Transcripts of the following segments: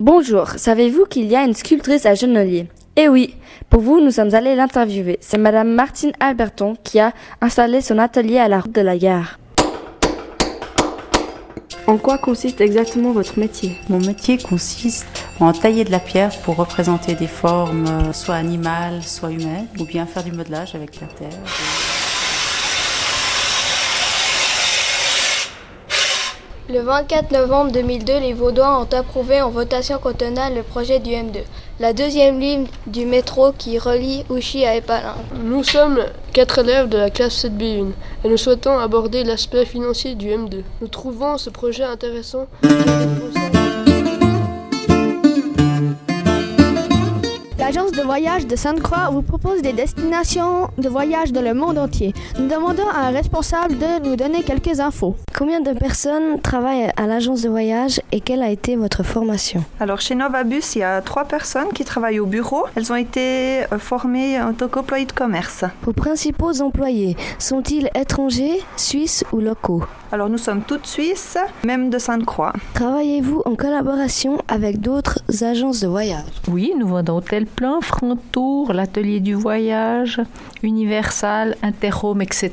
Bonjour, savez-vous qu'il y a une sculptrice à Genolier Eh oui, pour vous, nous sommes allés l'interviewer. C'est Madame Martine Alberton qui a installé son atelier à la route de la gare. En quoi consiste exactement votre métier Mon métier consiste en tailler de la pierre pour représenter des formes euh, soit animales, soit humaines, ou bien faire du modelage avec la terre. Le 24 novembre 2002, les Vaudois ont approuvé en votation cantonale le projet du M2, la deuxième ligne du métro qui relie Ouchy à Épalin. Nous sommes quatre élèves de la classe 7B1 et nous souhaitons aborder l'aspect financier du M2. Nous trouvons ce projet intéressant. L'agence de voyage de Sainte-Croix vous propose des destinations de voyage dans le monde entier. Nous demandons à un responsable de nous donner quelques infos. Combien de personnes travaillent à l'agence de voyage et quelle a été votre formation Alors chez Novabus, il y a trois personnes qui travaillent au bureau. Elles ont été euh, formées en tant qu'employées de commerce. Vos principaux employés sont-ils étrangers, suisses ou locaux Alors nous sommes toutes Suisses, même de Sainte-Croix. Travaillez-vous en collaboration avec d'autres agences de voyage Oui, nous vendons tel plan, Frontour, l'atelier du voyage, Universal, Interhome, etc.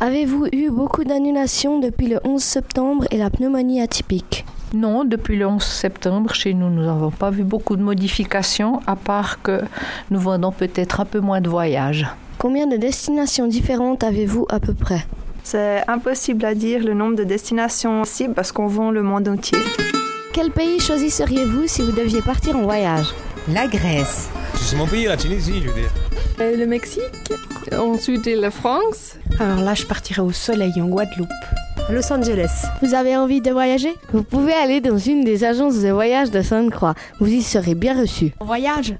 Avez-vous eu beaucoup d'annulations depuis le 11 septembre et la pneumonie atypique Non, depuis le 11 septembre, chez nous, nous n'avons pas vu beaucoup de modifications, à part que nous vendons peut-être un peu moins de voyages. Combien de destinations différentes avez-vous à peu près C'est impossible à dire le nombre de destinations cibles parce qu'on vend le monde entier. Quel pays choisisseriez-vous si vous deviez partir en voyage La Grèce. C'est mon pays, la Tunisie, je veux dire. le Mexique, ensuite la France. Alors là, je partirai au soleil en Guadeloupe. Los Angeles. Vous avez envie de voyager Vous pouvez aller dans une des agences de voyage de Sainte-Croix. Vous y serez bien reçu. En voyage